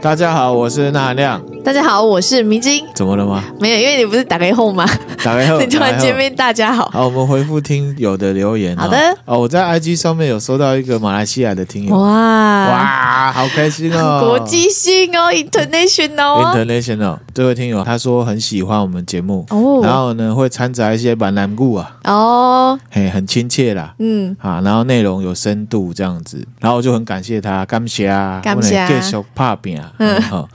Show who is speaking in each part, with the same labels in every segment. Speaker 1: 大家好，我是那含亮。
Speaker 2: 大家好，我是迷津。
Speaker 1: 怎么了吗？
Speaker 2: 没有，因为你不是打开后 吗？
Speaker 1: 打开后，
Speaker 2: 你突
Speaker 1: 打
Speaker 2: 然
Speaker 1: 开后
Speaker 2: 见。面，大家好。
Speaker 1: 好，我们回复听友的留言、哦。
Speaker 2: 好的。
Speaker 1: 哦，我在 IG 上面有收到一个马来西亚的听友，
Speaker 2: 哇
Speaker 1: 哇，好开心哦！
Speaker 2: 国际性哦，international 哦。
Speaker 1: International 这位听友他说很喜欢我们节目，然
Speaker 2: 哦
Speaker 1: 后呢会掺杂一些闽南故啊，
Speaker 2: 哦，
Speaker 1: 嘿，很亲切啦。
Speaker 2: 嗯，
Speaker 1: 啊，然后内容有深度这样子，然后我就很感谢他，感谢啊，
Speaker 2: 感谢
Speaker 1: 继续拍拼啊，嗯，好，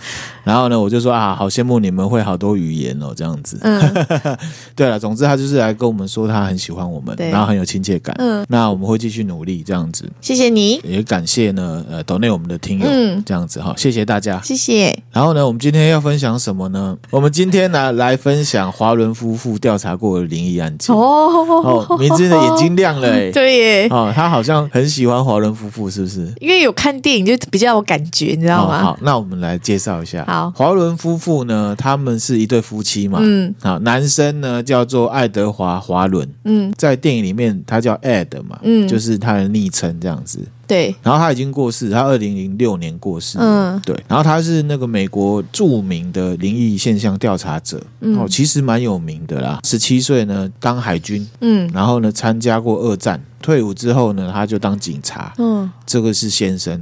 Speaker 1: 然后呢，我就说啊，好羡慕你们会好多语言哦，这样子，
Speaker 2: 嗯
Speaker 1: 对了，总之他就是来跟我们说他很喜欢我们，
Speaker 2: 对
Speaker 1: 然后很有亲切感，
Speaker 2: 嗯，
Speaker 1: 那我们会继续努力这样子，
Speaker 2: 谢谢你，
Speaker 1: 也感谢呢，呃，岛内我们的听友，
Speaker 2: 嗯
Speaker 1: 这样子哈，谢谢大家。
Speaker 2: 谢谢。
Speaker 1: 然后呢，我们今天要分享什么呢？我们今天呢来分享华伦夫妇调查过的灵异案件。哦
Speaker 2: 哦，
Speaker 1: 明志的眼睛亮 了、欸，
Speaker 2: 对耶，
Speaker 1: 哦，他好像很喜欢华伦夫妇，是不是？
Speaker 2: 因为有看电影就比较有感觉，你知道
Speaker 1: 哦
Speaker 2: 吗？
Speaker 1: 好，那我们来介绍一下。
Speaker 2: 好
Speaker 1: 华伦夫妇呢，他们是一对夫妻嘛。
Speaker 2: 嗯
Speaker 1: 好，男生呢叫做爱德华·华伦，
Speaker 2: 嗯，
Speaker 1: 在电影里面他叫 Ed 嘛，
Speaker 2: 嗯
Speaker 1: 就是他的昵称这样子。
Speaker 2: 对，
Speaker 1: 然后他已经过世，他二零零六年过世。
Speaker 2: 嗯
Speaker 1: 对。然后他是那个美国著名的灵异现象调查者，
Speaker 2: 嗯
Speaker 1: 哦，其实蛮有名的啦。十七岁呢当海军，
Speaker 2: 嗯
Speaker 1: 然后呢参加过二战，退伍之后呢他就当警察。
Speaker 2: 嗯
Speaker 1: 这个是先生，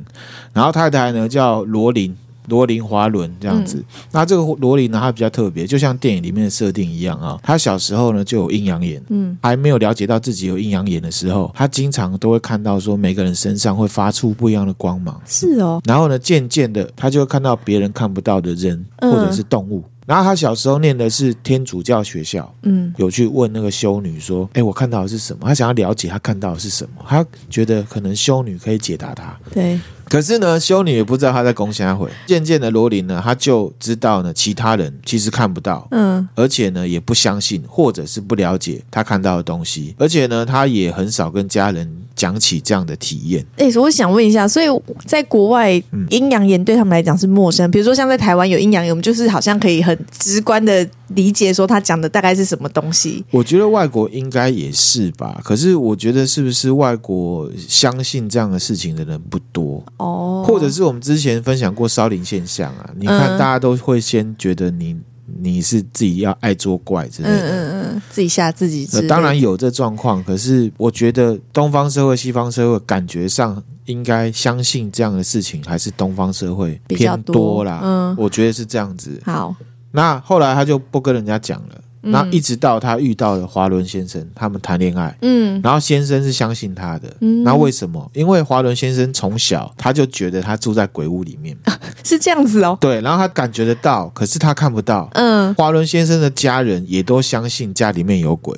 Speaker 1: 然后太太呢叫罗琳，罗琳华伦这样子。
Speaker 2: 嗯
Speaker 1: 那这个罗琳呢，她比较特别，就像电影里面的设定一样啊、她小时候呢就有阴阳眼。
Speaker 2: 嗯，
Speaker 1: 还没有了解到自己有阴阳眼的时候，她经常都会看到说每个人身上会发出不一样的光芒，
Speaker 2: 是哦，
Speaker 1: 然后呢，渐渐的她就会看到别人看不到的人或
Speaker 2: 嗯
Speaker 1: 者是动物。然后她小时候念的是天主教学校，
Speaker 2: 嗯
Speaker 1: 有去问那个修女说：“哎，我看到的是什么？”她想要了解她看到的是什么，她觉得可能修女可以解答她。
Speaker 2: 对，
Speaker 1: 可是呢，修女也不知道她在攻下回。渐渐的，罗琳呢，她就知道呢，其他人其实看不到。
Speaker 2: 嗯
Speaker 1: 而且呢，也不相信或者是不了解她看到的东西，而且呢，她也很少跟家人讲起这样的体验。
Speaker 2: 哎、所以我想问一下，所以在国外
Speaker 1: 嗯，
Speaker 2: 阴阳眼对他们来讲是陌生。比如说，像在台湾有阴阳眼，我们就是好像可以很直观的理解说他讲的大概是什么东西。
Speaker 1: 我觉得外国应该也是吧，可是我觉得是不是外国相信这样的事情的人不多？
Speaker 2: 哦，
Speaker 1: 或者是我们之前分享过烧灵现象啊，你看
Speaker 2: 嗯
Speaker 1: 大家都会先觉得你你是自己要爱作怪之类
Speaker 2: 嗯
Speaker 1: 的。
Speaker 2: 嗯嗯，自己吓自己之
Speaker 1: 那
Speaker 2: 类的。
Speaker 1: 呃当然有这状况，可是我觉得东方社会、西方社会感觉上应该相信这样的事情，还是东方社会
Speaker 2: 比较
Speaker 1: 偏多啦。
Speaker 2: 嗯，
Speaker 1: 我觉得是这样子。
Speaker 2: 好，
Speaker 1: 那后来他就不跟人家讲了，
Speaker 2: 嗯
Speaker 1: 那一直到他遇到了华伦先生，他们谈恋爱，
Speaker 2: 嗯
Speaker 1: 然后先生是相信他的。
Speaker 2: 嗯，
Speaker 1: 那为什么？因为华伦先生从小他就觉得他住在鬼屋里面，
Speaker 2: 是这样子哦。
Speaker 1: 对，然后他感觉得到，可是他看不到。
Speaker 2: 嗯，
Speaker 1: 华伦先生的家人也都相信家里面有鬼，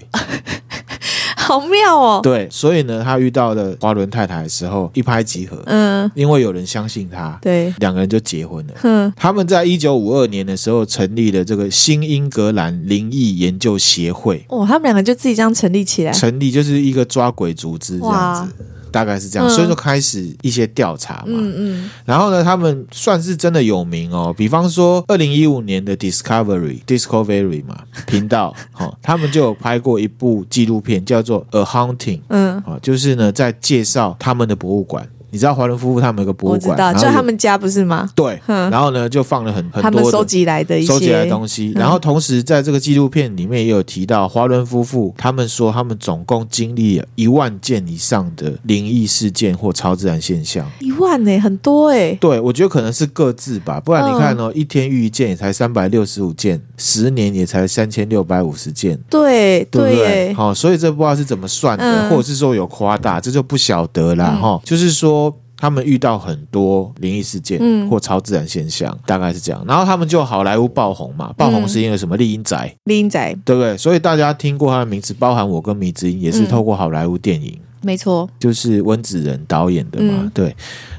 Speaker 2: 好妙哦。
Speaker 1: 对，所以呢，他遇到了华伦太太的时候，一拍即合，
Speaker 2: 嗯，
Speaker 1: 因为有人相信他，
Speaker 2: 对，
Speaker 1: 两个人就结婚了。
Speaker 2: 哼，
Speaker 1: 他们在一九五二年的时候成立了这个新英格兰灵异研究协会，
Speaker 2: 哇，哦他们两个就自己这样成立起来。
Speaker 1: 成立就是一个抓鬼组织这样子，大概是这样，
Speaker 2: 嗯
Speaker 1: 所以就开始一些调查嘛。
Speaker 2: 嗯嗯，
Speaker 1: 然后呢，他们算是真的有名哦。比方说，二零一五年的 Discovery Discovery 嘛频道， 哦，他们就有拍过一部纪录片，叫做《A Haunting》
Speaker 2: 嗯，
Speaker 1: 哦，就是呢在介绍他们的博物馆。你知道华伦夫妇他们有个博
Speaker 2: 我
Speaker 1: 物
Speaker 2: 知
Speaker 1: 馆，
Speaker 2: 道，
Speaker 1: 然后
Speaker 2: 就
Speaker 1: 有
Speaker 2: 他们家不是吗？
Speaker 1: 对，
Speaker 2: 嗯
Speaker 1: 然后呢就放了很很
Speaker 2: 他们
Speaker 1: 多
Speaker 2: 收
Speaker 1: 的。
Speaker 2: 集来的一些嗯
Speaker 1: 收集来的东西，然后同时在这个纪录片里面也有提到，华伦夫妇他们说他们总共经历了一万件以上的灵异事件或超自然现象。
Speaker 2: 一万呢、很多哎、
Speaker 1: 对，我觉得可能是各自吧，不然你看
Speaker 2: 嗯
Speaker 1: 哦，一天遇一件也才三百六十五件，十年也才三千六百五十件，
Speaker 2: 对
Speaker 1: 对不
Speaker 2: 耶、
Speaker 1: 对？好、所以这不知道是怎么算的，
Speaker 2: 嗯
Speaker 1: 或者是说有夸大，这就不晓得啦。
Speaker 2: 嗯
Speaker 1: 哈、就是说。他们遇到很多灵异事件
Speaker 2: 嗯
Speaker 1: 或超自然现象，大概是这样。然后他们就好莱坞爆红嘛，爆红
Speaker 2: 嗯
Speaker 1: 是因为什么？丽英仔，
Speaker 2: 丽英仔，
Speaker 1: 对不对？所以大家听过他的名字，包含我跟迷之音，也是
Speaker 2: 嗯
Speaker 1: 透过好莱坞电影。
Speaker 2: 没错，
Speaker 1: 就是温子仁导演的嘛，
Speaker 2: 嗯
Speaker 1: 对，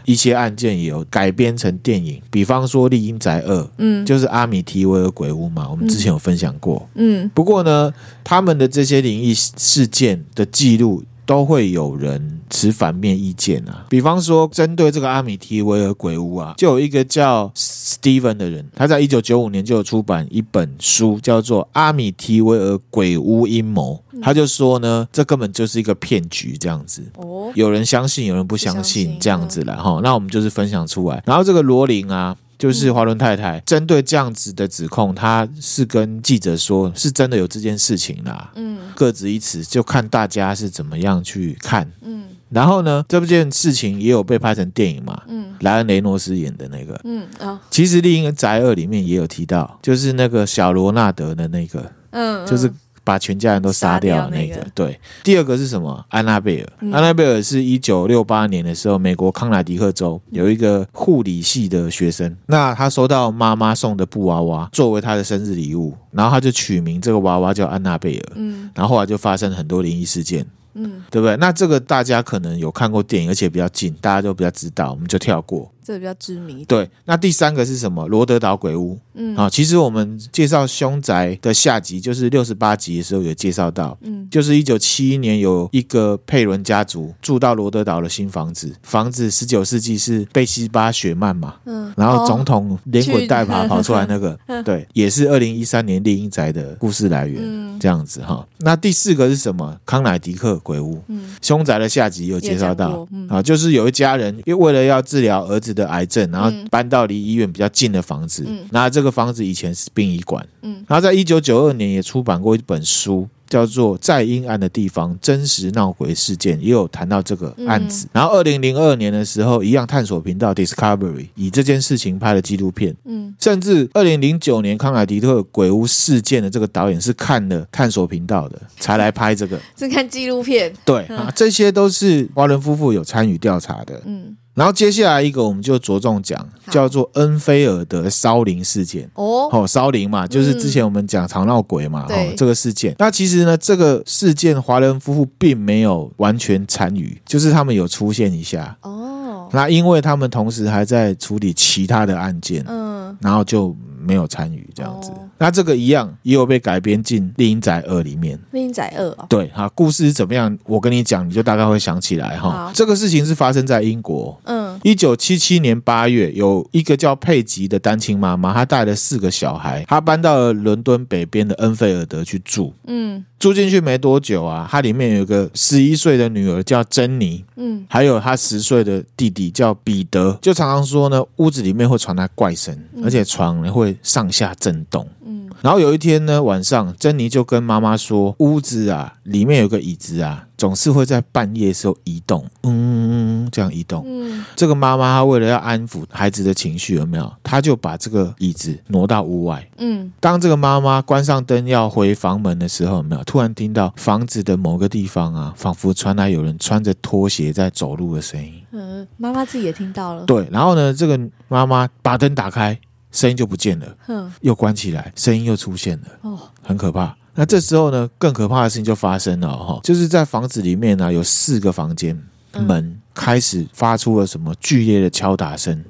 Speaker 1: 一些案件也有改编成电影，比方说《丽英宅二》，
Speaker 2: 嗯
Speaker 1: 就是阿米提维尔鬼屋嘛，我们之前有分享过。
Speaker 2: 嗯
Speaker 1: 不过呢，他们的这些灵异事件的记录。都会有人持反面意见啊，比方说针对这个阿米提维尔鬼屋啊，就有一个叫 Steven 的人，他在一九九五年就有出版一本书，叫做《阿米提维尔鬼屋阴谋》，他就说呢，这根本就是一个骗局这样子。
Speaker 2: 哦，
Speaker 1: 有人相信，有人不相
Speaker 2: 不相
Speaker 1: 信，
Speaker 2: 信
Speaker 1: 这样子了哈、齁那我们就是分享出来。然后这个罗琳啊，就是华伦太太针对这样子的指控，她是跟记者说，是真的有这件事情啦。
Speaker 2: 嗯
Speaker 1: 各执一词，就看大家是怎么样去看。
Speaker 2: 嗯
Speaker 1: 然后呢，这件事情也有被拍成电影嘛，
Speaker 2: 嗯
Speaker 1: 莱恩·雷诺斯演的那个。
Speaker 2: 嗯哦
Speaker 1: 其实《丽婴宅二》里面也有提到，就是那个小罗纳德的那个，
Speaker 2: 嗯，
Speaker 1: 就是把全家人都杀掉的那
Speaker 2: 杀掉
Speaker 1: 个
Speaker 2: 那个。
Speaker 1: 对，第二个是什么？安娜贝尔。
Speaker 2: 嗯
Speaker 1: 安娜贝尔是一九六八年的时候，美国康乃狄克州有一个护理系的学生，那他收到妈妈送的布娃娃作为他的生日礼物，然后他就取名这个娃娃叫安娜贝尔。
Speaker 2: 嗯
Speaker 1: 然后后来就发生了很多灵异事件，
Speaker 2: 嗯，
Speaker 1: 对不对？那这个大家可能有看过电影，而且比较近，大家都比较知道，我们就跳过。
Speaker 2: 这个比较知名一点。
Speaker 1: 对，那第三个是什么？罗德岛鬼屋
Speaker 2: 嗯
Speaker 1: 啊、其实我们介绍凶宅的下集，就是六十八集的时候有介绍到，
Speaker 2: 嗯
Speaker 1: 就是一九七一年有一个佩伦家族住到罗德岛的新房子，房子十九世纪是贝西巴血曼嘛。
Speaker 2: 嗯，
Speaker 1: 然后总
Speaker 2: 哦
Speaker 1: 统连滚带爬
Speaker 2: 去
Speaker 1: 跑出来那 个，对，也是二零一三年《猎鹰宅》的故事来源，
Speaker 2: 嗯
Speaker 1: 这样子哈。那第四个是什么？康乃狄克鬼屋，
Speaker 2: 嗯
Speaker 1: 凶宅的下集有介绍
Speaker 2: 有
Speaker 1: 到
Speaker 2: 讲过、嗯
Speaker 1: 啊，就是有一家人因为为了要治疗儿子的癌症，然后
Speaker 2: 嗯
Speaker 1: 搬到离医院比较近的房子。
Speaker 2: 嗯
Speaker 1: 那这个房子以前是殡仪馆，
Speaker 2: 嗯
Speaker 1: 然后在一九九二年也出版过一本书。叫做在阴暗的地方，真实闹鬼事件也有谈到这个案
Speaker 2: 嗯
Speaker 1: 子。然后，二零零二年的时候，一样探索频道 Discovery 以这件事情拍了纪录片，
Speaker 2: 嗯
Speaker 1: 甚至二零零九年康乃狄克鬼屋事件的这个导演是看了探索频道的，才来拍这个。
Speaker 2: 是看纪录片。
Speaker 1: 对啊，这些都是华伦夫妇有参与调查的。
Speaker 2: 嗯
Speaker 1: 然后接下来一个我们就着重讲，
Speaker 2: 好
Speaker 1: 叫做恩菲尔德烧灵事件。
Speaker 2: 哦，
Speaker 1: 哦，烧灵嘛，就是之前我们讲常闹鬼嘛，
Speaker 2: 对
Speaker 1: 哦，这个事件。那其实呢，这个事件华伦夫妇并没有完全参与，就是他们有出现一下。
Speaker 2: 哦，
Speaker 1: 那因为他们同时还在处理其他的案件，
Speaker 2: 嗯
Speaker 1: 然后就没有参与这样子
Speaker 2: 哦。
Speaker 1: 那这个一样也有被改编进《丽婴宅二》里面。
Speaker 2: 《命仔二》哦，
Speaker 1: 对，好，故事是怎么样？我跟你讲，你就大概会想起来哈
Speaker 2: 好。
Speaker 1: 这个事情是发生在英国。
Speaker 2: 嗯
Speaker 1: 一九七七年八月，有一个叫佩吉的单亲妈妈，她带了四个小孩，她搬到了伦敦北边的恩菲尔德去住。
Speaker 2: 嗯
Speaker 1: 住进去没多久啊，她里面有一个十一岁的女儿叫珍妮，
Speaker 2: 嗯，
Speaker 1: 还有她十岁的弟弟叫彼得。就常常说呢，屋子里面会传来怪声，而且床呢会上下震动。
Speaker 2: 嗯
Speaker 1: 然后有一天呢，晚上珍妮就跟妈妈说，屋子啊里面有个椅子啊，总是会在半夜的时候移动，嗯，这样移动。
Speaker 2: 嗯
Speaker 1: 这个妈妈她为了要安抚孩子的情绪，有没有？她就把这个椅子挪到屋外。
Speaker 2: 嗯
Speaker 1: 当这个妈妈关上灯要回房门的时候，有没有突然听到房子的某个地方啊，仿佛传来有人穿着拖鞋在走路的声音。
Speaker 2: 嗯，妈妈自己也听到了。
Speaker 1: 对，然后呢，这个妈妈把灯打开，声音就不见了，
Speaker 2: 哼，
Speaker 1: 又关起来，声音又出现了。
Speaker 2: 哦，
Speaker 1: 很可怕。那这时候呢，更可怕的事情就发生了哈、哦，就是在房子里面呢、有四个房间
Speaker 2: 嗯
Speaker 1: 门开始发出了什么剧烈的敲打声，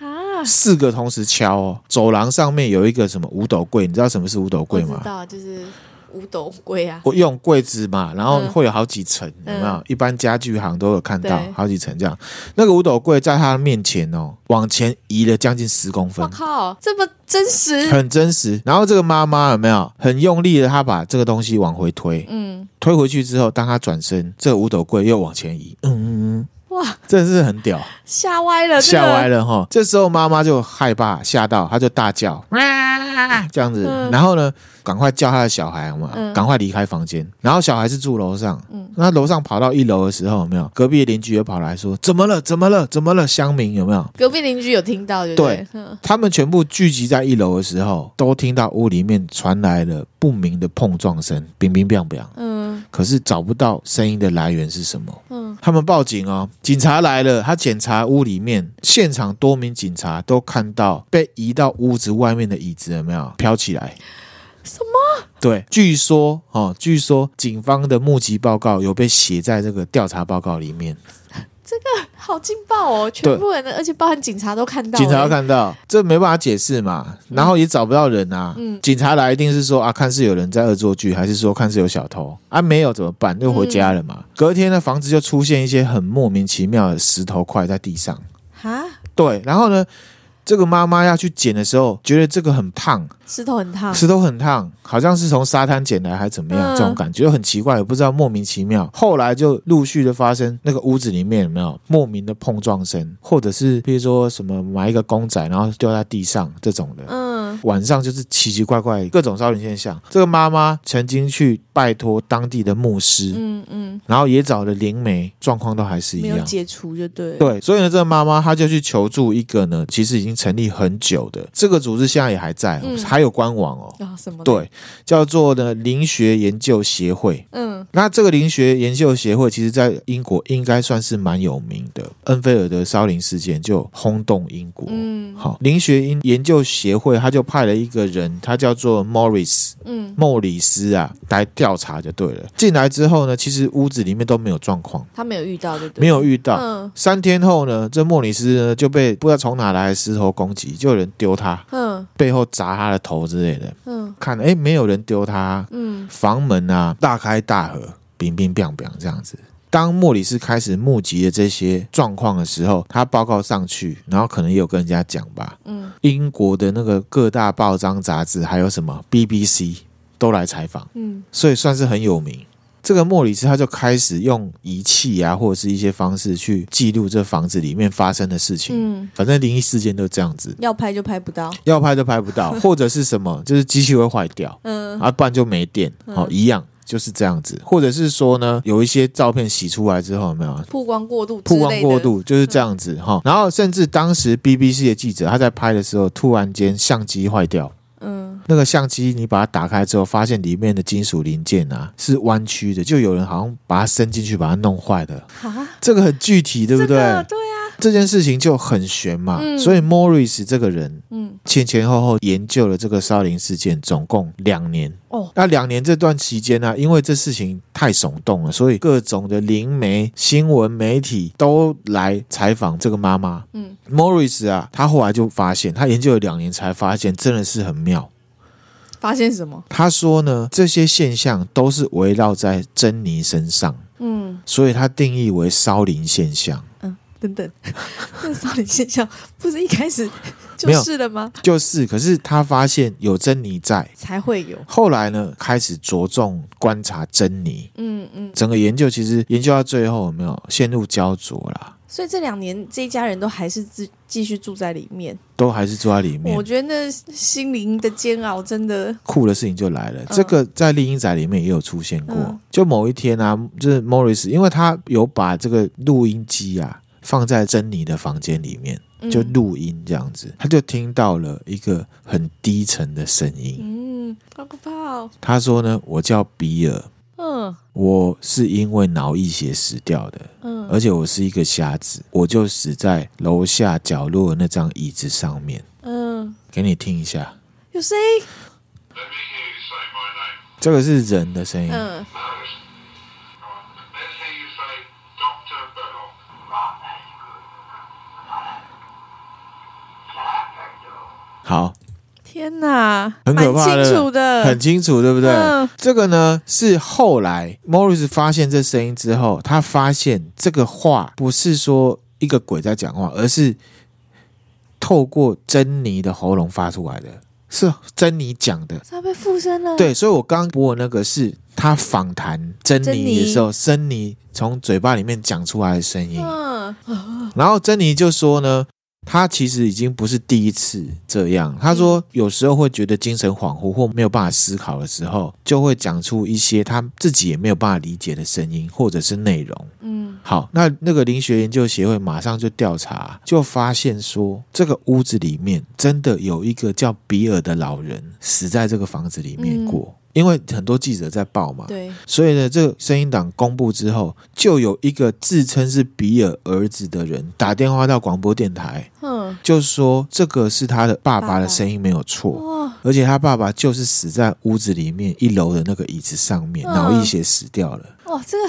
Speaker 2: 啊，
Speaker 1: 四个同时敲哦。走廊上面有一个什么五斗柜，你知道什么是五斗
Speaker 2: 我
Speaker 1: 柜
Speaker 2: 知
Speaker 1: 吗？
Speaker 2: 道，就是五斗柜啊。
Speaker 1: 我用柜子嘛，然后
Speaker 2: 嗯
Speaker 1: 会有好几层，有没有
Speaker 2: 嗯？
Speaker 1: 一般家具行都有看到
Speaker 2: 对
Speaker 1: 好几层这样。那个五斗柜在他的面前哦，往前移了将近十公分
Speaker 2: 我，靠，这么真实。
Speaker 1: 很真实。然后这个妈妈有没有很用力的，她把这个东西往回推，
Speaker 2: 嗯，
Speaker 1: 推回去之后，当他转身，这个五斗柜又往前移，嗯嗯嗯，
Speaker 2: 哇，
Speaker 1: 真的是很屌，
Speaker 2: 吓歪 了，
Speaker 1: 吓歪
Speaker 2: 了。
Speaker 1: 了哈。这时候妈妈就害怕吓到，她就大叫啊这样子，
Speaker 2: 嗯
Speaker 1: 然后呢，赶快叫她的小孩嘛，
Speaker 2: 嗯
Speaker 1: 赶快离开房间。然后小孩是住楼上，
Speaker 2: 嗯
Speaker 1: 那楼上跑到一楼的时候，有没有隔壁的邻居也跑来说怎么了？怎么了？怎么了？乡民有没有？
Speaker 2: 隔壁邻居有听到，对不对？嗯
Speaker 1: 他们全部聚集在一楼的时候，都听到屋里面传来了不明的碰撞声，冰冰冰冰，
Speaker 2: 嗯
Speaker 1: 可是找不到声音的来源是什么。
Speaker 2: 嗯
Speaker 1: 他们报警哦，警察来了，他检查屋里面，现场多名警察都看到被移到屋子外面的椅子有没有飘起来？
Speaker 2: 什么？
Speaker 1: 对，据说哦，据说警方的目击报告有被写在这个调查报告里面，
Speaker 2: 好劲爆哦！全部人的，而且包含警察都看到，
Speaker 1: 警察
Speaker 2: 欸
Speaker 1: 都，看到，这没办法解释嘛，然后也找不到人啊。
Speaker 2: 嗯
Speaker 1: 警察来一定是说啊，看是有人在恶作剧，还是说看是有小偷啊？没有怎么办？又回家了嘛。
Speaker 2: 嗯
Speaker 1: 隔天呢，房子就出现一些很莫名其妙的石头块在地上。
Speaker 2: 哈，
Speaker 1: 对，然后呢，这个妈妈要去捡的时候，觉得这个很烫，
Speaker 2: 石头很烫，
Speaker 1: 石头很烫，好像是从沙滩捡来还怎么样，
Speaker 2: 啊嗯
Speaker 1: 这种感觉很奇怪，也不知道莫名其妙。后来就陆续的发生那个屋子里面有没有莫名的碰撞声，或者是比如说什么买一个公仔然后丢在地上这种的。
Speaker 2: 嗯，
Speaker 1: 晚上就是奇奇怪怪各种烧人现象。这个妈妈曾经去拜托当地的牧师，
Speaker 2: 嗯嗯，
Speaker 1: 然后也找了灵媒，状况都还是一
Speaker 2: 没有
Speaker 1: 样。
Speaker 2: 解除就对了，
Speaker 1: 对，所以呢，这个妈妈她就去求助一个呢，其实已经成立很久的这个组织，现在也还在、哦，
Speaker 2: 嗯
Speaker 1: 还有官网哦。
Speaker 2: 啊，什么的，
Speaker 1: 对，叫做呢灵学研究协会。
Speaker 2: 嗯
Speaker 1: 那这个灵学研究协会，其实在英国应该算是蛮有名的。恩菲尔德烧灵事件就轰动英国。
Speaker 2: 嗯
Speaker 1: 好，灵学研研究协会，他就派了一个人，他叫做 Morris
Speaker 2: 嗯，
Speaker 1: 莫里斯啊，来调查就对了。进来之后呢，其实屋子里面都没有状况，
Speaker 2: 他没有遇到就对，
Speaker 1: 没有遇到。
Speaker 2: 嗯
Speaker 1: 三天后呢，这莫里斯呢就被不知道从哪来的石头攻击，就有人丢他，
Speaker 2: 嗯
Speaker 1: 背后砸他的头之类的。
Speaker 2: 嗯
Speaker 1: 看，哎，没有人丢他，
Speaker 2: 嗯
Speaker 1: 房门啊大开大合，冰冰冰冰这样子。当莫里斯开始募集了这些状况的时候，他报告上去，然后可能也有跟人家讲吧，
Speaker 2: 嗯，
Speaker 1: 英国的那个各大报章杂志，还有什么 BBC 都来采访，
Speaker 2: 嗯
Speaker 1: 所以算是很有名。这个莫里斯他就开始用仪器啊，或者是一些方式去记录这房子里面发生的事情。
Speaker 2: 嗯，
Speaker 1: 反正灵异事件都这样子，
Speaker 2: 要拍就拍不到，
Speaker 1: 要拍都拍不 到，或者是什么，就是机器会坏掉
Speaker 2: 嗯
Speaker 1: 啊，不然就没电。好，一样就是这样子，或者是说呢，有一些照片洗出来之后，有没有
Speaker 2: 曝光过度，
Speaker 1: 曝光过，度就是这样子哈。然后甚至当时 BBC 的记者他在拍的时候，突然间相机坏掉，
Speaker 2: 嗯
Speaker 1: 那个相机你把它打开之后，发现里面的金属零件啊是弯曲的，就有人好像把它伸进去把它弄坏的。
Speaker 2: 啊，
Speaker 1: 这个很具体，对不对？
Speaker 2: 这个对啊，
Speaker 1: 这件事情就很悬嘛。
Speaker 2: 嗯
Speaker 1: 所以 Morris 这个人
Speaker 2: 嗯
Speaker 1: 前前后后研究了这个少林事件，总共两年。
Speaker 2: 哦，
Speaker 1: 那两年这段期间呢、因为这事情太耸动了，所以各种的灵媒、新闻媒体都来采访这个妈妈。
Speaker 2: 嗯
Speaker 1: Morris 啊，他后来就发现，他研究了两年才发现，真的是很妙。
Speaker 2: 发现什么？
Speaker 1: 他说呢，这些现象都是围绕在珍妮身上，
Speaker 2: 嗯
Speaker 1: 所以他定义为烧灵现象，
Speaker 2: 嗯，等 等，这少女现象不是一开始 就
Speaker 1: 没有
Speaker 2: 是了吗？
Speaker 1: 就是。可是他发现有珍妮在，
Speaker 2: 才会有，
Speaker 1: 后来呢，开始着重观察珍妮。
Speaker 2: 嗯嗯，
Speaker 1: 整个研究其实研究到最后，有没有陷入焦灼啦？
Speaker 2: 所以这两年这一家人都还是自继续住在里面，
Speaker 1: 都还是住在里面
Speaker 2: 我。觉得那心灵的煎熬真的，
Speaker 1: 酷的事情就来了，这个在《丽英仔》里面也有出现过。
Speaker 2: 嗯
Speaker 1: 就某一天啊，就是 Morris，因为他有把这个录音机啊放在珍妮的房间里面，
Speaker 2: 嗯
Speaker 1: 就录音这样子，他就听到了一个很低沉的声音。
Speaker 2: 嗯，好可怕哦，
Speaker 1: 他说呢：“我叫比尔，
Speaker 2: 嗯
Speaker 1: 我是因为脑溢血死掉的，
Speaker 2: 嗯
Speaker 1: 而且我是一个瞎子，我就死在楼下角落的那张椅子上面。
Speaker 2: 嗯，”
Speaker 1: 给你听一下，
Speaker 2: 有声音，
Speaker 3: Let me hear you say my name.
Speaker 1: 这个是人的声音。
Speaker 2: 嗯，
Speaker 3: First. Right. Let's hear you say Dr. Belloc. Right, that's good. Right, that's good.
Speaker 1: 好，
Speaker 2: 天哪，
Speaker 1: 很可怕
Speaker 2: 蛮
Speaker 1: 的，
Speaker 2: 清楚的，
Speaker 1: 很清楚，对不对？
Speaker 2: 嗯
Speaker 1: 这个呢是后来 Morris 发现这声音之后，他发现这个话不是说一个鬼在讲话，而是透过珍妮的喉咙发出来的，是珍妮讲的。
Speaker 2: 是他被附身了，，
Speaker 1: 对，所以我刚刚播的那个是他访谈珍妮的时候，珍妮从嘴巴里面讲出来的声音。
Speaker 2: 嗯
Speaker 1: 然后珍妮就说呢，她其实已经不是第一次这样。她说有时候会觉得精神恍惚或没有办法思考的时候，就会讲出一些她自己也没有办法理解的声音或者是内容。
Speaker 2: 嗯
Speaker 1: 好，那那个灵学研究协会马上就调查，就发现说这个屋子里面真的有一个叫比尔的老人死在这个房子里面过。因为很多记者在报嘛，
Speaker 2: 对，
Speaker 1: 所以呢，这个声音档公布之后，就有一个自称是比尔儿子的人打电话到广播电台，
Speaker 2: 嗯
Speaker 1: 就说这个是他的爸爸的声音没有错，
Speaker 2: 哇，
Speaker 1: 而且他爸爸就是死在屋子里面一楼的那个椅子上面，
Speaker 2: 嗯
Speaker 1: 脑溢血死掉了。
Speaker 2: 哇，哦这个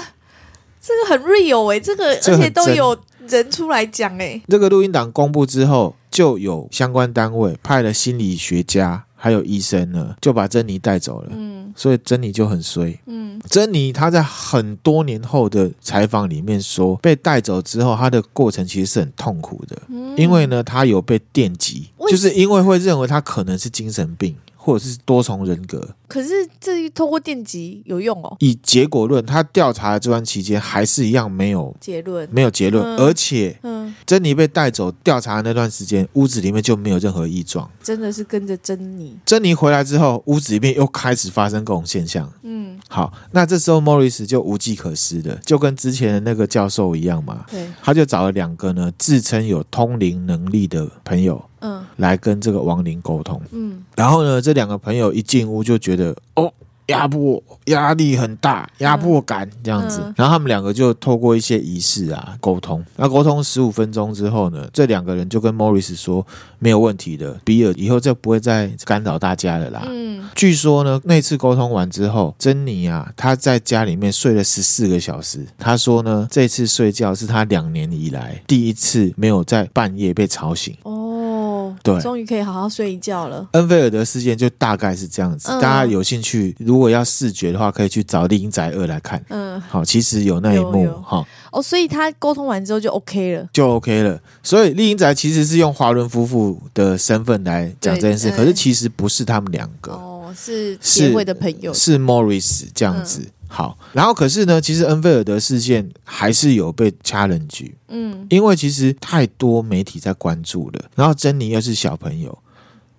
Speaker 2: 这个很 real 哎、这个
Speaker 1: 这个
Speaker 2: 而
Speaker 1: 很
Speaker 2: 且都
Speaker 1: 真
Speaker 2: 有人出来讲哎、
Speaker 1: 这个录音档公布之后，就有相关单位派了心理学家还有医生呢，就把珍妮带走了。
Speaker 2: 嗯
Speaker 1: 所以珍妮就很衰。
Speaker 2: 嗯
Speaker 1: 珍妮她在很多年后的采访里面说，被带走之后，她的过程其实是很痛苦的，
Speaker 2: 嗯
Speaker 1: 因为呢，她有被电击，
Speaker 2: 为
Speaker 1: 就是因为会认为她可能是精神病或者是多重人格。
Speaker 2: 可是这一透过电击有用哦。
Speaker 1: 以结果论，她调查的这段期间还是一样没有
Speaker 2: 结论，
Speaker 1: 没有结论，
Speaker 2: 嗯
Speaker 1: 而且
Speaker 2: 嗯，
Speaker 1: 珍妮被带走调查的那段时间，屋子里面就没有任何异状。
Speaker 2: 真的是跟着珍妮，
Speaker 1: 珍妮回来之后，屋子里面又开始发生各种现象。
Speaker 2: 嗯，
Speaker 1: 好，那这时候莫里斯就无计可施了，就跟之前的那个教授一样嘛，
Speaker 2: 对，
Speaker 1: 他就找了两个呢自称有通灵能力的朋友
Speaker 2: 嗯
Speaker 1: 来跟这个亡灵沟通。
Speaker 2: 嗯，
Speaker 1: 然后呢，这两个朋友一进屋就觉得哦。压迫压力很大，压迫感这样子，
Speaker 2: 嗯
Speaker 1: 然后他们两个就透过一些仪式啊沟通。那沟通十五分钟之后呢，这两个人就跟莫里斯说没有问题的，比尔以后就不会再干扰大家了啦。
Speaker 2: 嗯，
Speaker 1: 据说呢，那次沟通完之后，珍妮啊，她在家里面睡了十四个小时。她说呢，这次睡觉是她两年以来第一次没有在半夜被吵醒。
Speaker 2: 哦，
Speaker 1: 对
Speaker 2: 终于可以好好睡一觉了。
Speaker 1: 恩菲尔德事件就大概是这样子，
Speaker 2: 嗯
Speaker 1: 大家有兴趣，如果要视觉的话，可以去找《林宅二》来看。
Speaker 2: 嗯，
Speaker 1: 好，其实有那一
Speaker 2: 有
Speaker 1: 幕
Speaker 2: 有
Speaker 1: 哈，
Speaker 2: 哦，所以他沟通完之后就 OK 了。
Speaker 1: 就 OK 了。所以丽英宅其实是用华伦夫妇的身份来讲这件事，
Speaker 2: 对
Speaker 1: 可是其实不是他们两个，
Speaker 2: 哦，是
Speaker 1: 是
Speaker 2: 协会的朋友，嗯
Speaker 1: 是 Morris 这样子。好，然后可是呢，其实恩菲尔德事件还是有被 challenge，
Speaker 2: 嗯
Speaker 1: 因为其实太多媒体在关注了，然后珍妮又是小朋友，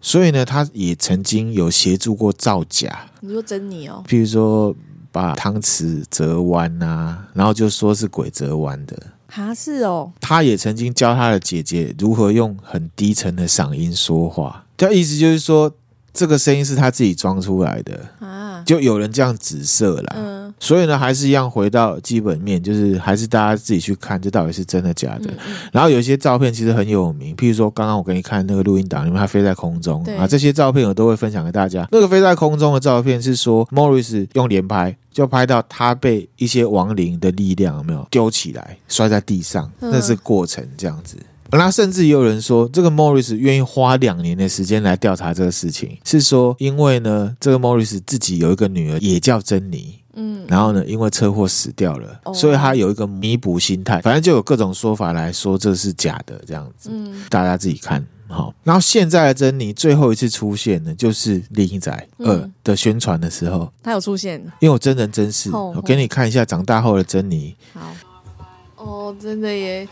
Speaker 1: 所以呢，她也曾经有协助过造假，
Speaker 2: 你说珍妮哦，
Speaker 1: 譬如说把汤匙折弯啊，然后就说是鬼折弯的。
Speaker 2: 哈是哦，
Speaker 1: 她也曾经教她的姐姐如何用很低沉的嗓音说话，她意思就是说这个声音是她自己装出来的，
Speaker 2: 啊，
Speaker 1: 就有人这样指涉啦。
Speaker 2: 嗯
Speaker 1: 所以呢，还是一样回到基本面，就是还是大家自己去看这到底是真的假的。
Speaker 2: 嗯嗯，
Speaker 1: 然后有一些照片其实很有名，譬如说刚刚我给你看那个录音档，里面它飞在空中
Speaker 2: 对
Speaker 1: 啊，这些照片我都会分享给大家。那个飞在空中的照片是说，Morris 用连拍就拍到他被一些亡灵的力量有没有丢起来摔在地上，
Speaker 2: 嗯
Speaker 1: 那是过程这样子。那甚至也有人说，这个 Morris 愿意花两年的时间来调查这个事情，是说因为呢，这个 Morris 自己有一个女儿也叫珍妮，
Speaker 2: 嗯
Speaker 1: 然后呢，因为车祸死掉了，
Speaker 2: 哦
Speaker 1: 所以他有一个弥补心态，反正就有各种说法来说这是假的这样子，
Speaker 2: 嗯
Speaker 1: 大家自己看。好，然后现在的珍妮最后一次出现呢，就是《猎鹰仔二
Speaker 2: 嗯》
Speaker 1: 的宣传的时候，
Speaker 2: 他有出现，
Speaker 1: 因为我真人真事，
Speaker 2: 哦
Speaker 1: 我给你看一下长大后的珍妮，
Speaker 2: 好，哦，真的耶，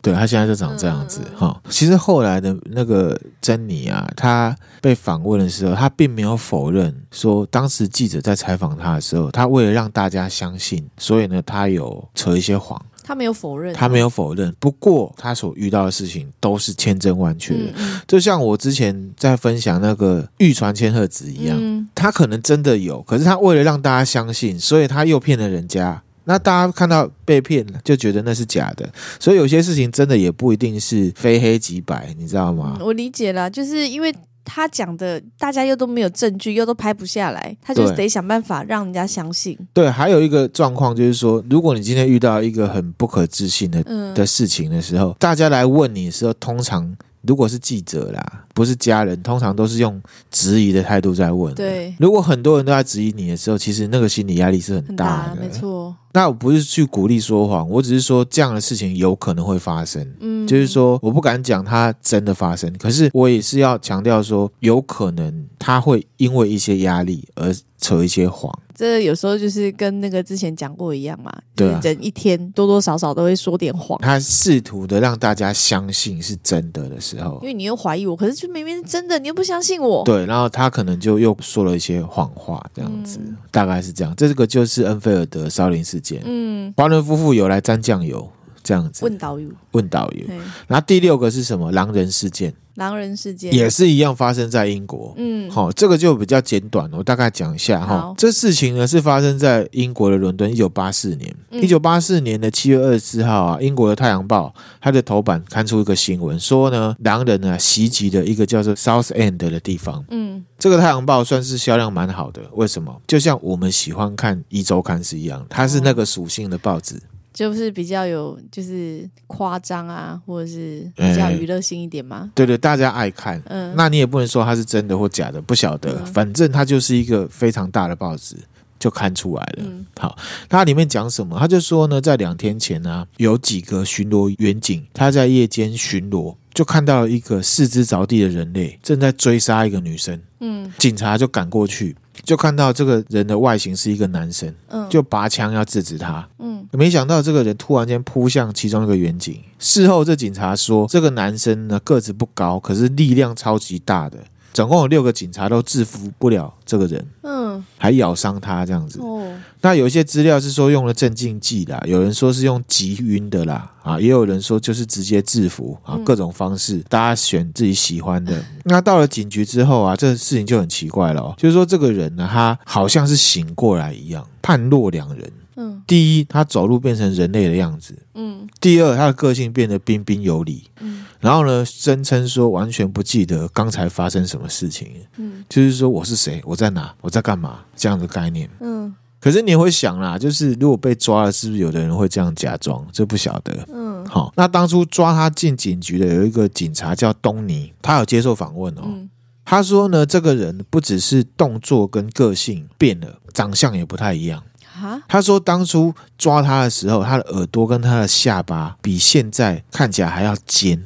Speaker 1: 对她现在就长这样子
Speaker 2: 嗯嗯嗯
Speaker 1: 哈、其实后来的那个珍妮啊，她被访问的时候，她并没有否认说，当时记者在采访她的时候，她为了让大家相信，所以呢，她有扯一些谎。
Speaker 2: 他没有否认，
Speaker 1: 他没有否认，不过他所遇到的事情都是千真万确的。
Speaker 2: 嗯嗯
Speaker 1: 就像我之前在分享那个玉传千鹤子一样，
Speaker 2: 嗯
Speaker 1: 他可能真的有，可是他为了让大家相信，所以他诱骗了人家。那大家看到被骗了，就觉得那是假的，所以有些事情真的也不一定是非黑即白，你知道吗
Speaker 2: 嗯？我理解了，就是因为他讲的，大家又都没有证据，又都拍不下来，他就是
Speaker 1: 对
Speaker 2: 得想办法让人家相信。
Speaker 1: 对，还有一个状况就是说，如果你今天遇到一个很不可置信的
Speaker 2: 嗯，
Speaker 1: 的事情的时候，大家来问你的时候，通常如果是记者啦，不是家人，通常都是用质疑的态度在问。，
Speaker 2: 对，
Speaker 1: 如果很多人都在质疑你的时候，其实那个心理压力是很
Speaker 2: 很
Speaker 1: 大
Speaker 2: 大，
Speaker 1: 的。
Speaker 2: 没错。
Speaker 1: 那我不是去鼓励说谎，我只是说这样的事情有可能会发生。
Speaker 2: 嗯，
Speaker 1: 就是说，我不敢讲它真的发生，可是我也是要强调说，有可能他会因为一些压力而扯一些谎。
Speaker 2: 这有时候就是跟那个之前讲过一样嘛，
Speaker 1: 对啊
Speaker 2: 就是人一天多多少少都会说点谎，
Speaker 1: 他试图的让大家相信是真的的时候
Speaker 2: 因，为你又怀疑我，可是就明明是真的，你又不相信我。
Speaker 1: 对，然后他可能就又说了一些谎话，这样子，
Speaker 2: 嗯
Speaker 1: 大概是这样。这个就是恩菲尔德烧林事件，
Speaker 2: 嗯，
Speaker 1: 华伦夫妇有来沾酱油，这样子
Speaker 2: 问导游，
Speaker 1: 问导游。
Speaker 2: 对，
Speaker 1: 然后第六个是什么？狼人事件
Speaker 2: 狼人事件
Speaker 1: 也是一样发生在英国。
Speaker 2: 嗯，
Speaker 1: 好、这个就比较简短，我大概讲一下哈
Speaker 2: 好。
Speaker 1: 这事情呢是发生在英国的伦敦，一九八四年。
Speaker 2: 嗯
Speaker 1: 一九八四年的七月二十四号啊，英国的《太阳报》它的头版刊出一个新闻，说呢狼人呢袭击了一个叫做 South End 的地方。
Speaker 2: 嗯
Speaker 1: 这个《太阳报》算是销量蛮好的，为什么？就像我们喜欢看《一周刊》是一样，它是那个属性的报纸。
Speaker 4: 就是比较有就是夸张啊，或者是
Speaker 1: 哎
Speaker 4: 比较娱乐性一点嘛。
Speaker 1: 对对，大家爱看。
Speaker 4: 嗯，
Speaker 1: 那你也不能说它是真的或假的，不晓得，
Speaker 4: 嗯
Speaker 1: 反正它就是一个非常大的报纸，就看出来了。
Speaker 4: 嗯
Speaker 1: 好，它里面讲什么？他就说呢，在两天前呢、有几个巡逻员警，他在夜间巡逻，就看到一个四肢着地的人类正在追杀一个女生，
Speaker 4: 嗯
Speaker 1: 警察就赶过去，就看到这个人的外形是一个男生，
Speaker 4: 嗯，
Speaker 1: 就拔枪要制止他，
Speaker 4: 嗯
Speaker 1: 没想到这个人突然间扑向其中一个远景。事后，这警察说，这个男生呢个子不高，可是力量超级大的，总共有六个警察都制服不了这个人，
Speaker 4: 嗯
Speaker 1: 还咬伤他这样子。
Speaker 4: 哦
Speaker 1: 那有一些资料是说用了镇静剂啦，有人说是用急晕的啦，啊，也有人说就是直接制服啊，各种方式，大家选自己喜欢的。 那到了警局之后啊，这事情就很奇怪了、哦，就是说这个人呢，他好像是醒过来一样，判若两人。
Speaker 4: 嗯
Speaker 1: 第一，他走路变成人类的样子；
Speaker 4: 嗯
Speaker 1: 第二，他的个性变得彬彬有礼。
Speaker 4: 嗯
Speaker 1: 然后呢，声称说完全不记得刚才发生什么事情，
Speaker 4: 嗯
Speaker 1: 就是说我是谁，我在哪，我在干嘛这样的概念。
Speaker 4: 嗯
Speaker 1: 可是你也会想啦，就是如果被抓了，是不是有的人会这样假装？这不晓得。
Speaker 4: 嗯
Speaker 1: 好，那当初抓他进警局的有一个警察叫东尼，他有接受访问哦。
Speaker 4: 嗯
Speaker 1: 他说呢，这个人不只是动作跟个性变了，长相也不太一样。
Speaker 4: 哈
Speaker 1: 他说，当初抓他的时候，他的耳朵跟他的下巴比现在看起来还要尖。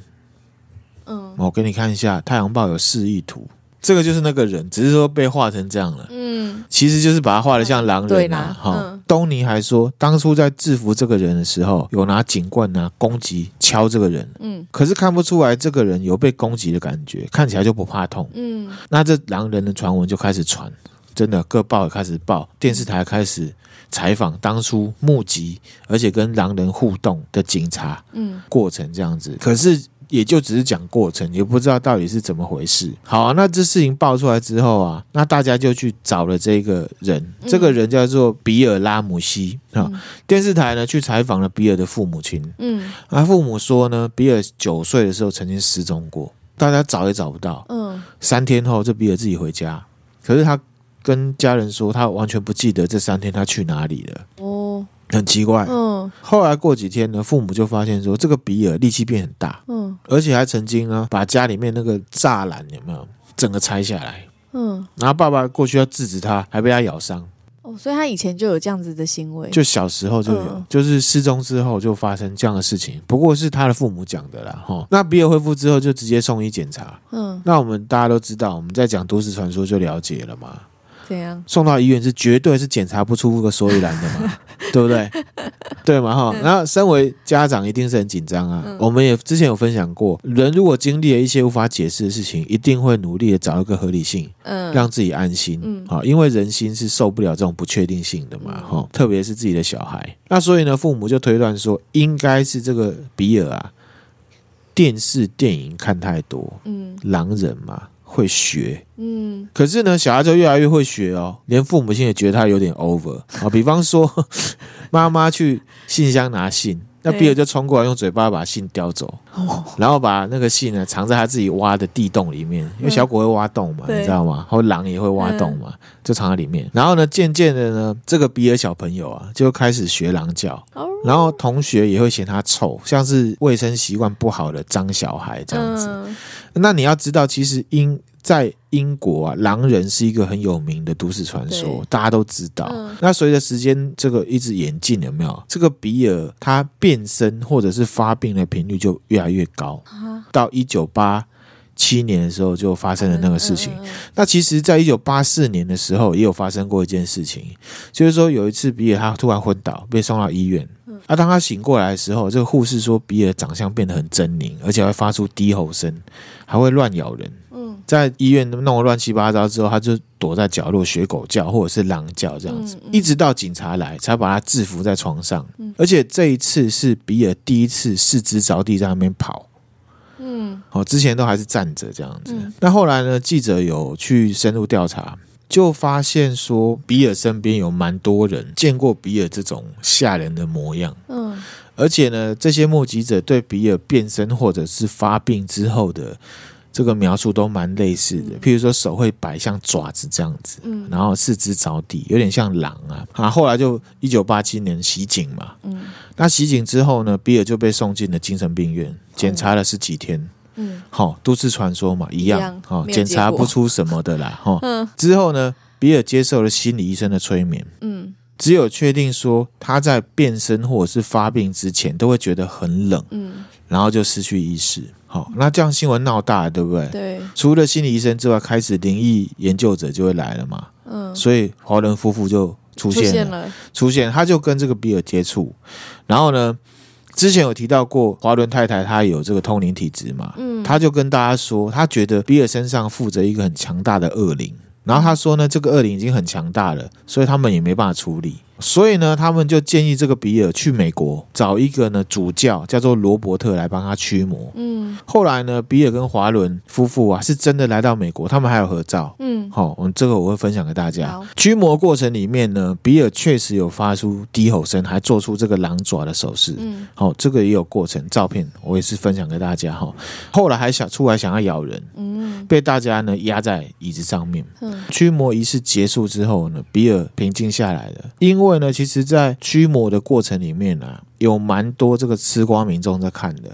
Speaker 4: 嗯
Speaker 1: 我给你看一下《太阳报》有示意图，这个就是那个人，只是说被画成这样了。
Speaker 4: 嗯
Speaker 1: 其实就是把他画的像狼
Speaker 2: 对
Speaker 1: 人啊
Speaker 2: 啦！
Speaker 1: 哈、
Speaker 4: 嗯
Speaker 1: 东尼还说，当初在制服这个人的时候，有拿警棍啊攻击敲这个人，
Speaker 4: 嗯
Speaker 1: 可是看不出来这个人有被攻击的感觉，看起来就不怕痛。
Speaker 4: 嗯
Speaker 1: 那这狼人的传闻就开始传，真的各报也开始报，电视台开始采访当初目击而且跟狼人互动的警察
Speaker 4: 嗯
Speaker 1: 过程这样子。可是也就只是讲过程，也不知道到底是怎么回事。好、啊，那这事情爆出来之后啊，那大家就去找了这个人，
Speaker 4: 嗯
Speaker 1: 这个人叫做比尔拉姆西啊。
Speaker 4: 嗯
Speaker 1: 电视台呢去采访了比尔的父母亲，
Speaker 4: 嗯
Speaker 1: 啊，父母说呢，比尔九岁的时候曾经失踪过，大家找也找不到。
Speaker 4: 嗯
Speaker 1: 三天后，这比尔自己回家，可是他跟家人说，他完全不记得这三天他去哪里了，
Speaker 4: 哦
Speaker 1: 很奇怪。
Speaker 4: 嗯
Speaker 1: 后来过几天呢，父母就发现说，这个比尔力气变很大，
Speaker 4: 嗯
Speaker 1: 而且还曾经呢把家里面那个栅栏有没有整个拆下来，
Speaker 4: 嗯
Speaker 1: 然后爸爸过去要制止他，还被他咬伤。
Speaker 4: 哦，所以他以前就有这样子的行为。
Speaker 1: 就小时候就有，
Speaker 4: 嗯
Speaker 1: 就是失踪之后就发生这样的事情，不过是他的父母讲的啦。哈，那比尔恢复之后就直接送医检查。
Speaker 4: 嗯
Speaker 1: 那我们大家都知道，我们在讲都市传说就了解了嘛。
Speaker 4: 怎样？
Speaker 1: 送到医院是绝对是检查不出个所以然 的嘛，对不对？对嘛
Speaker 4: 嗯
Speaker 1: 哈。然后身为家长一定是很紧张啊。我们也之前有分享过，人如果经历了一些无法解释的事情，一定会努力的找一个合理性，
Speaker 4: 嗯
Speaker 1: 让自己安心。
Speaker 4: 嗯
Speaker 1: 好，因为人心是受不了这种不确定性的嘛
Speaker 4: 嗯
Speaker 1: 哈，特别是自己的小孩。那所以呢，父母就推断说，应该是这个比尔啊，电视电影看太多，
Speaker 4: 嗯
Speaker 1: 狼人嘛会学。
Speaker 4: 嗯
Speaker 1: 可是呢，小孩就越来越会学哦，连父母亲也觉得他有点 over 啊、比方说， 妈妈去信箱拿信，那
Speaker 4: 对
Speaker 1: 比尔就冲过来用嘴巴把信叼走，然后把那个信呢藏在他自己挖的地洞里面，因为小狗会挖洞嘛，
Speaker 4: 嗯对嗯
Speaker 1: 你知道吗？或狼也会挖洞嘛，就藏在里面。然后呢，渐渐的呢，这个比尔小朋友啊，就开始学狼叫，
Speaker 4: 哦
Speaker 1: 然后同学也会嫌他臭，像是卫生习惯不好的脏小孩这样子。
Speaker 4: 嗯
Speaker 1: 那你要知道，其实英在英国啊，狼人是一个很有名的都市传说
Speaker 4: 对，
Speaker 1: 大家都知道。
Speaker 4: 嗯
Speaker 1: 那随着时间这个一直演进，有没有这个比尔他变身或者是发病的频率就越来越高？
Speaker 4: 啊
Speaker 1: 到一九八七年的时候，就发生了那个事情。
Speaker 4: 嗯嗯
Speaker 1: 那其实，在一九八四年的时候，也有发生过一件事情，就是说有一次比尔他突然昏倒，被送到医院。
Speaker 4: 嗯
Speaker 1: 啊，当他醒过来的时候，这个护士说比尔的长相变得很狰狞，而且还发出低吼声，还会乱咬人。
Speaker 4: 嗯
Speaker 1: 在医院弄得乱七八糟之后，他就躲在角落学狗叫或者是狼叫这样子，
Speaker 4: 嗯嗯
Speaker 1: 一直到警察来才把他制服在床上。
Speaker 4: 嗯
Speaker 1: 而且这一次是比尔第一次四肢着地在那边跑，
Speaker 4: 嗯
Speaker 1: 哦，之前都还是站着这样子。
Speaker 4: 嗯
Speaker 1: 那后来呢，记者有去深入调查，就发现说比尔身边有蛮多人见过比尔这种吓人的模样，
Speaker 4: 嗯
Speaker 1: 而且呢，这些目击者对比尔变身或者是发病之后的。这个描述都蛮类似的。譬如说手会摆像爪子这样子，
Speaker 4: 嗯
Speaker 1: 然后四肢着地，有点像狼啊。啊，后来就一九八七年袭警嘛，
Speaker 4: 嗯
Speaker 1: 那袭警之后呢，比尔就被送进了精神病院，
Speaker 4: 哦
Speaker 1: 检查了十几天。
Speaker 4: 嗯
Speaker 1: 好、都市传说嘛，一
Speaker 4: 一
Speaker 1: 样
Speaker 4: 样，
Speaker 1: 好、
Speaker 4: 没有
Speaker 1: 检查
Speaker 4: 结果
Speaker 1: 不出什么的 啦，哈、
Speaker 4: 嗯
Speaker 1: 之后呢，比尔接受了心理医生的催眠，
Speaker 4: 嗯
Speaker 1: 只有确定说他在变身或者是发病之前都会觉得很冷，
Speaker 4: 嗯，
Speaker 1: 然后就失去意识。好、那这样新闻闹大了，对不对？
Speaker 4: 对，
Speaker 1: 除了心理医生之外，开始灵异研究者就会来了嘛，
Speaker 4: 嗯，
Speaker 1: 所以华伦夫妇就出
Speaker 4: 出
Speaker 1: 现了，
Speaker 4: 现了，
Speaker 1: 出现，他就跟这个比尔接触。然后呢，之前有提到过华伦太太她有这个通灵体质嘛，
Speaker 4: 嗯
Speaker 1: 他就跟大家说，他觉得比尔身上附着一个很强大的恶灵。然后他说呢，这个恶灵已经很强大了，所以他们也没办法处理。所以呢，他们就建议这个比尔去美国找一个呢主教，叫做罗伯特来帮他驱魔。
Speaker 4: 嗯
Speaker 1: 后来呢，比尔跟华伦夫妇啊是真的来到美国，他们还有合照。
Speaker 4: 嗯
Speaker 1: 好、我们这个我会分享给大家
Speaker 4: 好。
Speaker 1: 驱魔过程里面呢，比尔确实有发出低吼声，还做出这个狼爪的手势。
Speaker 4: 嗯
Speaker 1: 好、这个也有过程，照片我也是分享给大家哈、后来还想出来想要咬人，
Speaker 4: 嗯
Speaker 1: 被大家呢压在椅子上面。
Speaker 4: 嗯
Speaker 1: 驱魔仪式结束之后呢，比尔平静下来了，因为呢，其实，在驱魔的过程里面啊，有蛮多这个吃瓜民众在看的。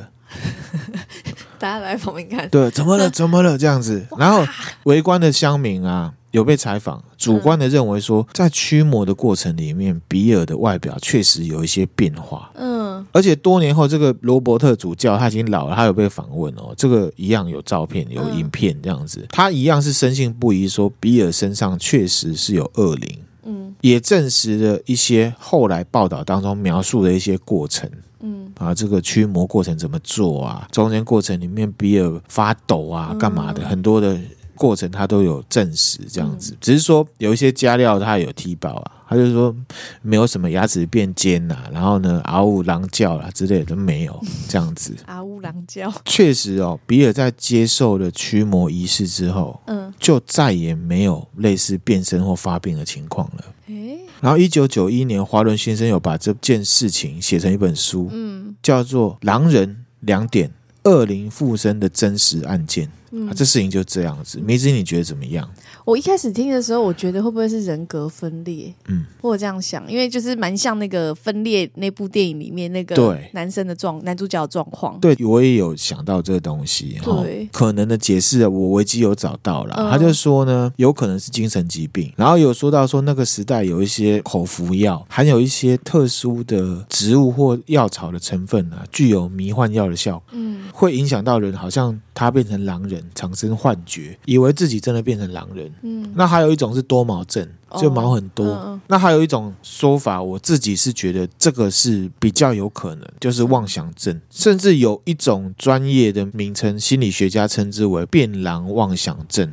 Speaker 2: 大家来旁边看，
Speaker 1: 对，怎么了？怎么了？这样子，然后围观的乡民啊，有被采访，主观的认为说，在驱魔的过程里面，比尔的外表确实有一些变化。
Speaker 4: 嗯
Speaker 1: 而且多年后，这个罗伯特主教他已经老了，他有被访问哦，这个一样有照片、有
Speaker 4: 嗯
Speaker 1: 影片这样子，他一样是深信不疑，说比尔身上确实是有恶灵，
Speaker 4: 嗯
Speaker 1: 也证实了一些后来报道当中描述的一些过程。
Speaker 4: 嗯
Speaker 1: 啊，这个驱魔过程怎么做啊？中间过程里面，比尔发抖啊，干嘛的，很多的过程他都有证实这样子。只是说有一些加料他有提保啊，他就说没有什么牙齿变尖呐、然后呢嗷呜狼叫啦、之类的都没有这样子。
Speaker 4: 阿啊乌狼叫，
Speaker 1: 确实哦，比尔在接受了驱魔仪式之后，
Speaker 4: 嗯
Speaker 1: 就再也没有类似变身或发病的情况了。
Speaker 4: 诶，
Speaker 1: 然后，一九九一年，华伦先生有把这件事情写成一本书，
Speaker 4: 嗯
Speaker 1: 叫做《狼人两点恶灵附身的真实案件》啊，
Speaker 4: 嗯，
Speaker 1: 这事情就这样子。梅子，你觉得怎么样？
Speaker 4: 我一开始听的时候，我觉得会不会是人格分裂？
Speaker 1: 嗯，
Speaker 4: 我有这样想，因为就是蛮像那个分裂那部电影里面那个
Speaker 1: 对
Speaker 4: 男生的状男主角的状况，
Speaker 1: 对我也有想到这个东西，哦
Speaker 4: 对
Speaker 1: 可能的解释啊我维基有找到啦。
Speaker 4: 嗯
Speaker 1: 他就说呢，有可能是精神疾病，然后有说到说那个时代有一些口服药，含有一些特殊的植物或药草的成分啊，具有迷幻药的效果。
Speaker 4: 嗯
Speaker 1: 会影响到人，好像他变成狼人，产生幻觉，以为自己真的变成狼人。
Speaker 4: 嗯
Speaker 1: 那还有一种是多毛症，
Speaker 4: 哦
Speaker 1: 就毛很多。
Speaker 4: 嗯嗯
Speaker 1: 那还有一种说法，我自己是觉得这个是比较有可能，就是妄想症，甚至有一种专业的名称，心理学家称之为“变狼妄想症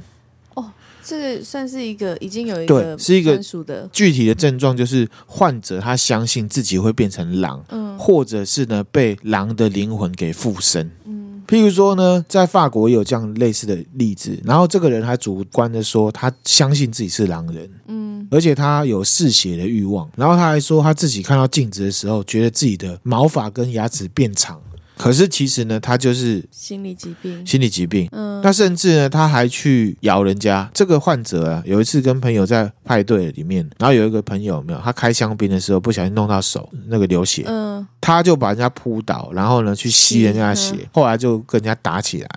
Speaker 4: 这个算是一个已经有一
Speaker 1: 对
Speaker 4: 个
Speaker 1: 是一个
Speaker 4: 专属的”。，
Speaker 1: 具体的症状就是患者他相信自己会变成狼，
Speaker 4: 嗯
Speaker 1: 或者是呢被狼的灵魂给附身。
Speaker 4: 嗯
Speaker 1: 譬如说呢，在法国也有这样类似的例子，然后这个人还主观的说他相信自己是狼人，
Speaker 4: 嗯
Speaker 1: 而且他有嗜血的欲望。然后他还说，他自己看到镜子的时候，觉得自己的毛发跟牙齿变长。可是其实呢，他就是
Speaker 4: 心理疾病，
Speaker 1: 心理疾病。
Speaker 4: 嗯
Speaker 1: 那甚至呢，他还去咬人家。这个患者啊，有一次跟朋友在派对里面，然后有一个朋友有没有，他开香槟的时候不小心弄到手，那个流血，
Speaker 4: 嗯
Speaker 1: 他就把人家扑倒，然后呢去吸人家的血
Speaker 4: 嗯，
Speaker 1: 后来就跟人家打起来。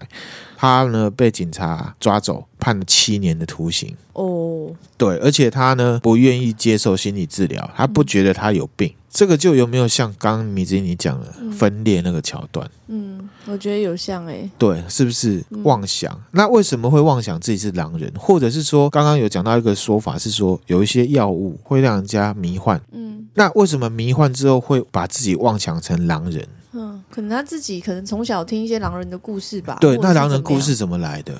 Speaker 1: 他呢被警察抓走，判了七年的徒刑。
Speaker 4: 哦
Speaker 1: 对，而且他呢不愿意接受心理治疗，他不觉得他有病。这个就有没有像刚刚米子你讲的分裂那个桥段？
Speaker 4: 嗯，我觉得有像欸诶，
Speaker 1: 对，是不是
Speaker 4: 嗯
Speaker 1: 妄想？那为什么会妄想自己是狼人？或者是说，刚刚有讲到一个说法是说，有一些药物会让人家迷幻。
Speaker 4: 嗯
Speaker 1: 那为什么迷幻之后会把自己妄想成狼人？
Speaker 4: 嗯，可能他自己可能从小听一些狼人的故事吧。
Speaker 1: 对，
Speaker 4: 啊或者
Speaker 1: 那
Speaker 4: 是
Speaker 1: 狼人
Speaker 4: 怎么
Speaker 1: 故
Speaker 4: 样，
Speaker 1: 事怎么来的？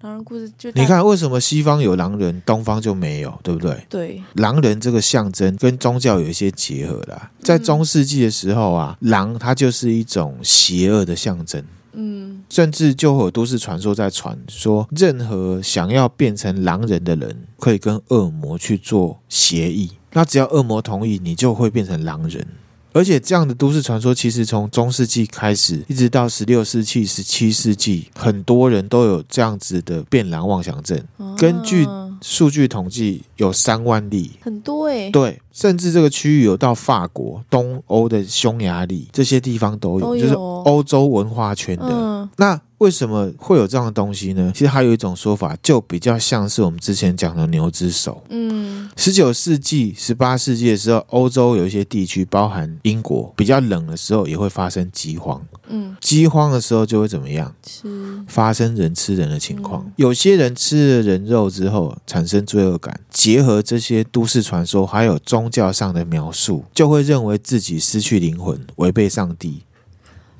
Speaker 4: 狼人故事就大
Speaker 1: 你看，为什么西方有狼人，东方就没有，对不对？
Speaker 4: 对，
Speaker 1: 狼人这个象征跟宗教有一些结合啦。在中世纪的时候啊，狼它就是一种邪恶的象征，
Speaker 4: 嗯
Speaker 1: 甚至就会有都市传说在传说，任何想要变成狼人的人，可以跟恶魔去做协议。那只要恶魔同意，你就会变成狼人。而且这样的都市传说，其实从中世纪开始，一直到十六世纪、十七世纪，很多人都有这样子的变懒妄想症。根据
Speaker 4: 啊
Speaker 2: 哦
Speaker 1: 数据统计，有三万例。
Speaker 2: 很多
Speaker 4: 欸
Speaker 2: 哎、
Speaker 1: 对，甚至这个区域有到法国、东欧的匈牙利这些地方都有，
Speaker 2: 都有哦
Speaker 1: 就是欧洲文化圈的。
Speaker 2: 嗯，
Speaker 1: 那为什么会有这样的东西呢？其实还有一种说法，就比较像是我们之前讲的牛之手。
Speaker 2: 嗯，
Speaker 1: 十九世纪、十八世纪的时候，欧洲有一些地区，包含英国，比较冷的时候也会发生饥荒。
Speaker 2: 嗯，
Speaker 1: 饥荒的时候就会怎么样？
Speaker 2: 吃
Speaker 1: 发生人吃人的情况。有些人吃了人肉之后产生罪恶感，结合这些都市传说还有宗教上的描述，就会认为自己失去灵魂，违背上帝，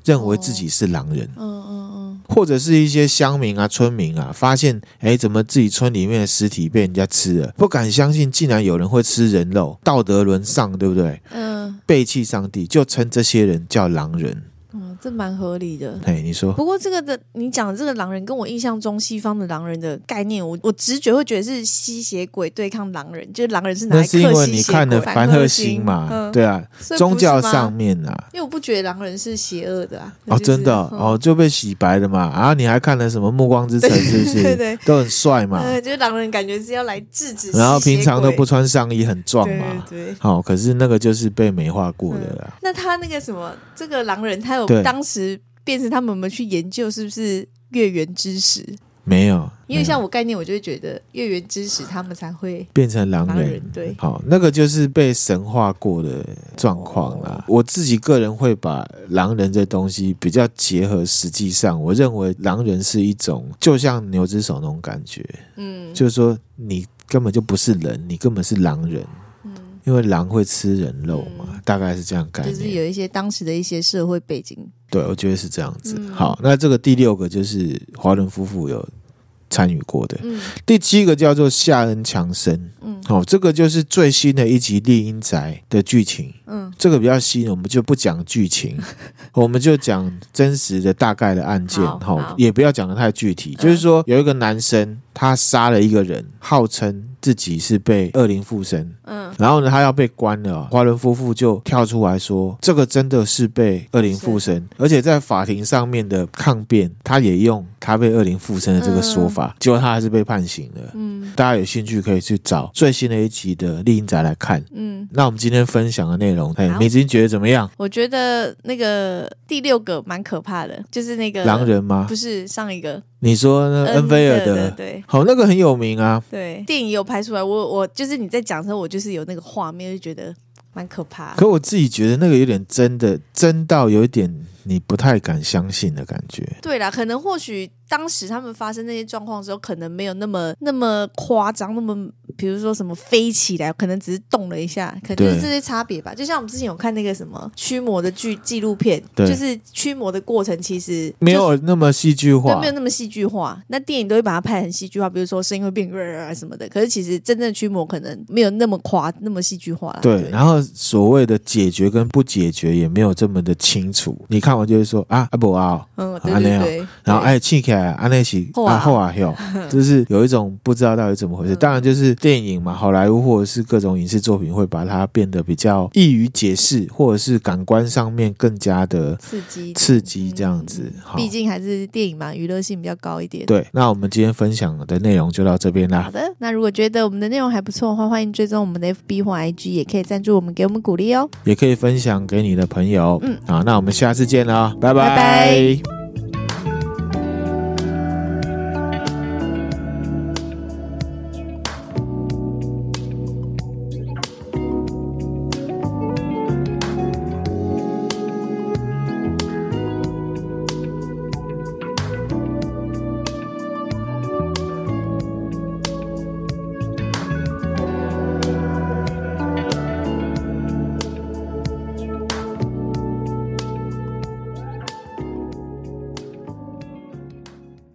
Speaker 1: 认为自己是狼人。
Speaker 2: 嗯嗯嗯，
Speaker 1: 或者是一些乡民啊、村民啊，发现哎，诶怎么自己村里面的尸体被人家吃了，不敢相信，竟然有人会吃人肉，道德沦丧，对不对？
Speaker 2: 嗯，
Speaker 1: 背弃上帝，就称这些人叫狼人。
Speaker 2: 哦，这蛮合理的。
Speaker 1: 哎，你说
Speaker 2: 不过这个的，你讲的这个狼人，跟我印象中西方的狼人的概念，我我直觉会觉得是吸血鬼对抗狼人，就是狼人是拿
Speaker 1: 那
Speaker 2: 来
Speaker 1: 是因
Speaker 2: 克
Speaker 1: 为
Speaker 2: 吸
Speaker 1: 你
Speaker 2: 血
Speaker 1: 看
Speaker 2: 鬼
Speaker 1: 了凡赫辛
Speaker 2: 星
Speaker 1: 嘛？
Speaker 2: 嗯、，
Speaker 1: 对啊，宗教上，面啊。
Speaker 2: 因为我不觉得狼人是邪恶的啊。
Speaker 1: 哦，真的哦,、
Speaker 2: 哦，
Speaker 1: 就被洗白了嘛。啊，你还看了什么《暮光 之城》是不是？
Speaker 2: 对对
Speaker 1: 都很帅嘛。
Speaker 2: 呃，就是狼人感觉是要来制止吸血鬼，
Speaker 1: 然后平常都不穿上衣，很壮嘛。
Speaker 2: 对嗯对。
Speaker 1: 好、可是那个就是被美化过的啦。
Speaker 2: 那他那个什么，这个狼人，他有
Speaker 1: 对
Speaker 2: 当时变成他们有没有去研究是不是月圆之时？
Speaker 1: 没有，没
Speaker 2: 因为
Speaker 1: 有
Speaker 2: 像我概念，我就会觉得月圆之时他们才会
Speaker 1: 变成狼人，
Speaker 2: 狼人对
Speaker 1: 好，那个就是被神化过的状况啦。我自己个人会把狼人这东西比较结合，实际上我认为狼人是一种就像牛之手那种感觉，
Speaker 2: 嗯
Speaker 1: 就是说你根本就不是人，你根本是狼人，
Speaker 2: 嗯，
Speaker 1: 因为狼会吃人肉嘛，
Speaker 2: 嗯
Speaker 1: 大概是这样概
Speaker 2: 就
Speaker 1: 念。
Speaker 2: 是有一些当时的一些社会背景，
Speaker 1: 对，我觉得是这样子。
Speaker 2: 嗯
Speaker 1: 好，那这个第六个就是华伦夫妇有参与过的，
Speaker 2: 嗯
Speaker 1: 第七个叫做夏恩强森。
Speaker 2: 嗯
Speaker 1: 哦，这个就是最新的一集《丽英宅》的剧情，
Speaker 2: 嗯
Speaker 1: 这个比较新，我们就不讲剧 情，我们就讲真实的大概的案件，
Speaker 2: 好
Speaker 1: 哈、
Speaker 2: 好嗯
Speaker 1: 也不要讲的太具体。就是说，有一个男生他杀了一个人，号称自己是被恶灵附身，
Speaker 2: 嗯，
Speaker 1: 然后呢，他要被关了，华伦夫妇就跳出来说，这个真的是被恶灵附
Speaker 2: 嗯
Speaker 1: 身，而且在法庭上面的抗辩，他也用他被恶灵附身的这个说法，结果他还是被判刑了。
Speaker 2: 嗯
Speaker 1: 大家有兴趣可以去找最新的一集的《丽英宅》来看。
Speaker 2: 嗯，
Speaker 1: 那我们今天分享的内容，哎，
Speaker 2: 好
Speaker 1: 你已经觉得怎么样？
Speaker 2: 我觉得那个第六个蛮可怕的，就是那个
Speaker 1: 狼，人吗
Speaker 2: 呃不？是上一个
Speaker 1: 你说呢？恩菲尔德，
Speaker 2: 对。
Speaker 1: 好，那个很有名啊。
Speaker 2: 对，电影有拍出来，我我就是你在讲的时候，我就是有那个画面，就觉得蛮可怕的。
Speaker 1: 可我自己觉得那个有点真的，真到有一点你不太敢相信的感觉。
Speaker 2: 对啦，可能或许当时他们发生那些状况的时候，可能没有那么那么夸张，那么比如说什么飞起来，可能只是动了一下，可能就是
Speaker 1: 对
Speaker 2: 这些差别吧。就像我们之前有看那个什么驱魔的剧纪录片，
Speaker 1: 对
Speaker 2: 就是驱魔的过程其实
Speaker 1: 没
Speaker 2: 就是
Speaker 1: 有那么戏剧
Speaker 2: 对，
Speaker 1: 化
Speaker 2: 没有，那么戏剧化。那电影都会把它拍得很戏剧化，比如说声音会变啊什么的。可是其实真正的驱魔可能没有那么夸那么戏剧化啦。
Speaker 1: 对，然后所谓的解决跟不解决也没有这么的清楚。你看完就会说啊阿伯啊哦，
Speaker 2: 嗯，对
Speaker 1: 啊那
Speaker 2: 对
Speaker 1: 样
Speaker 2: 对。
Speaker 1: 然后
Speaker 2: 对
Speaker 1: 哎气起来啊那是
Speaker 2: 后啊
Speaker 1: 啊后啊 哟，就是有一种不知道到底怎么
Speaker 2: 嗯
Speaker 1: 回事。当然就是电影嘛，好莱坞或者是各种影视作品会把它变得比较易于解释，或者是感官上面更加的
Speaker 2: 刺激，
Speaker 1: 刺激这样子。好，
Speaker 2: 嗯毕竟还是电影嘛，娱乐性比较高一点。，
Speaker 1: 对，那我们今天分享的内容就到这边啦
Speaker 2: 好。的。那如果觉得我们的内容还不错的话，欢迎追踪我们的 FB 或 IG，也可以赞助我们，给我们鼓励哦。
Speaker 1: 也可以分享给你的朋友。啊
Speaker 2: 嗯，
Speaker 1: 好，那我们下次见啦，拜
Speaker 2: 拜拜